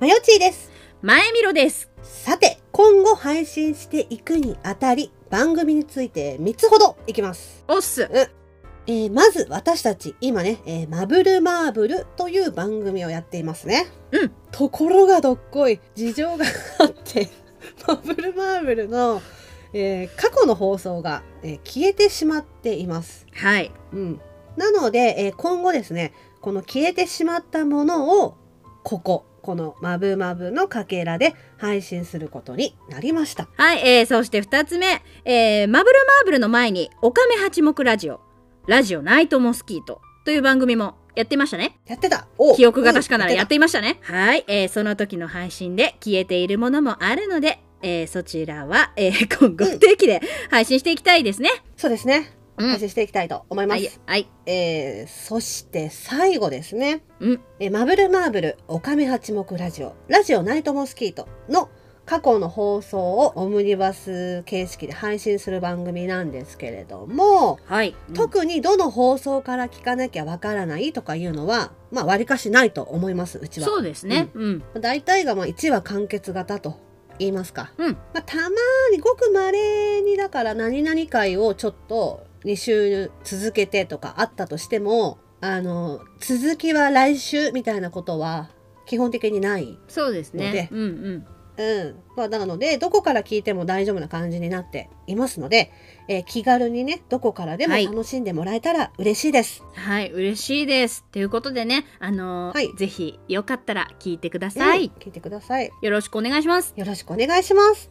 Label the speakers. Speaker 1: マヨチーです。
Speaker 2: 前見ろです。
Speaker 1: さて、今後配信していくにあたり、番組について3つほどいきます。
Speaker 2: おっす。
Speaker 1: えーまず私たち、今ね、えーマブルマーブルという番組をやっていますね。
Speaker 2: うん。
Speaker 1: ところがどっこい、事情があって、 マブルマーブルの、えー過去の放送が、えー消えてしまっています。
Speaker 2: はい。
Speaker 1: うん、なので、えー今後ですねこの消えてしまったものをこここの「まぶまぶ」のかけらで配信することになりました
Speaker 2: はい、えー、そして二つ目、えー、マブルマーブルの前に、オカメ八目ラジオ、ラジオナイトモスキートという番組もやってましたね。
Speaker 1: やってたお
Speaker 2: 記憶が確かならやってていましたね。はい、えー、その時の配信で消えているものもあるので、えー、そちらは、えー、今後不定期で配信していきたいですね。
Speaker 1: たそうですね
Speaker 2: うん。
Speaker 1: 配信していきたいと思いま
Speaker 2: は
Speaker 1: す、
Speaker 2: い、はい。
Speaker 1: えーそして最後ですね
Speaker 2: うん
Speaker 1: 「えーマブルマーブルおかめ八目ラジオラジオナイトモスキート」の過去の放送をオムニバス形式で配信する番組なんですけれども、
Speaker 2: はい。うん
Speaker 1: 特にどの放送から聞かなきゃわからないとかいうのは、まあ、わりかしないと思います、うちは。
Speaker 2: そうですね。うん。
Speaker 1: 大体がまあ1話完結型と言いますか。
Speaker 2: うん
Speaker 1: まあ、たまに、ごく稀に、だから何々回をちょっと2週続けてとかあったとしても、あの、続きは来週みたいなことは基本的にない。
Speaker 2: そうです
Speaker 1: の
Speaker 2: ね
Speaker 1: で。
Speaker 2: うんうん。
Speaker 1: うん。まあ、なので、どこから聞いても大丈夫な感じになっていますので、えー気軽にね、どこからでも
Speaker 2: はい
Speaker 1: 楽しんでもらえたら嬉しいです。
Speaker 2: はい、嬉しいです。ということでね、あのー
Speaker 1: はい
Speaker 2: ぜひよかったら聞いてくださ
Speaker 1: う
Speaker 2: い。
Speaker 1: ん聞いてください。
Speaker 2: よろしくお願いします。
Speaker 1: よろしくお願いします。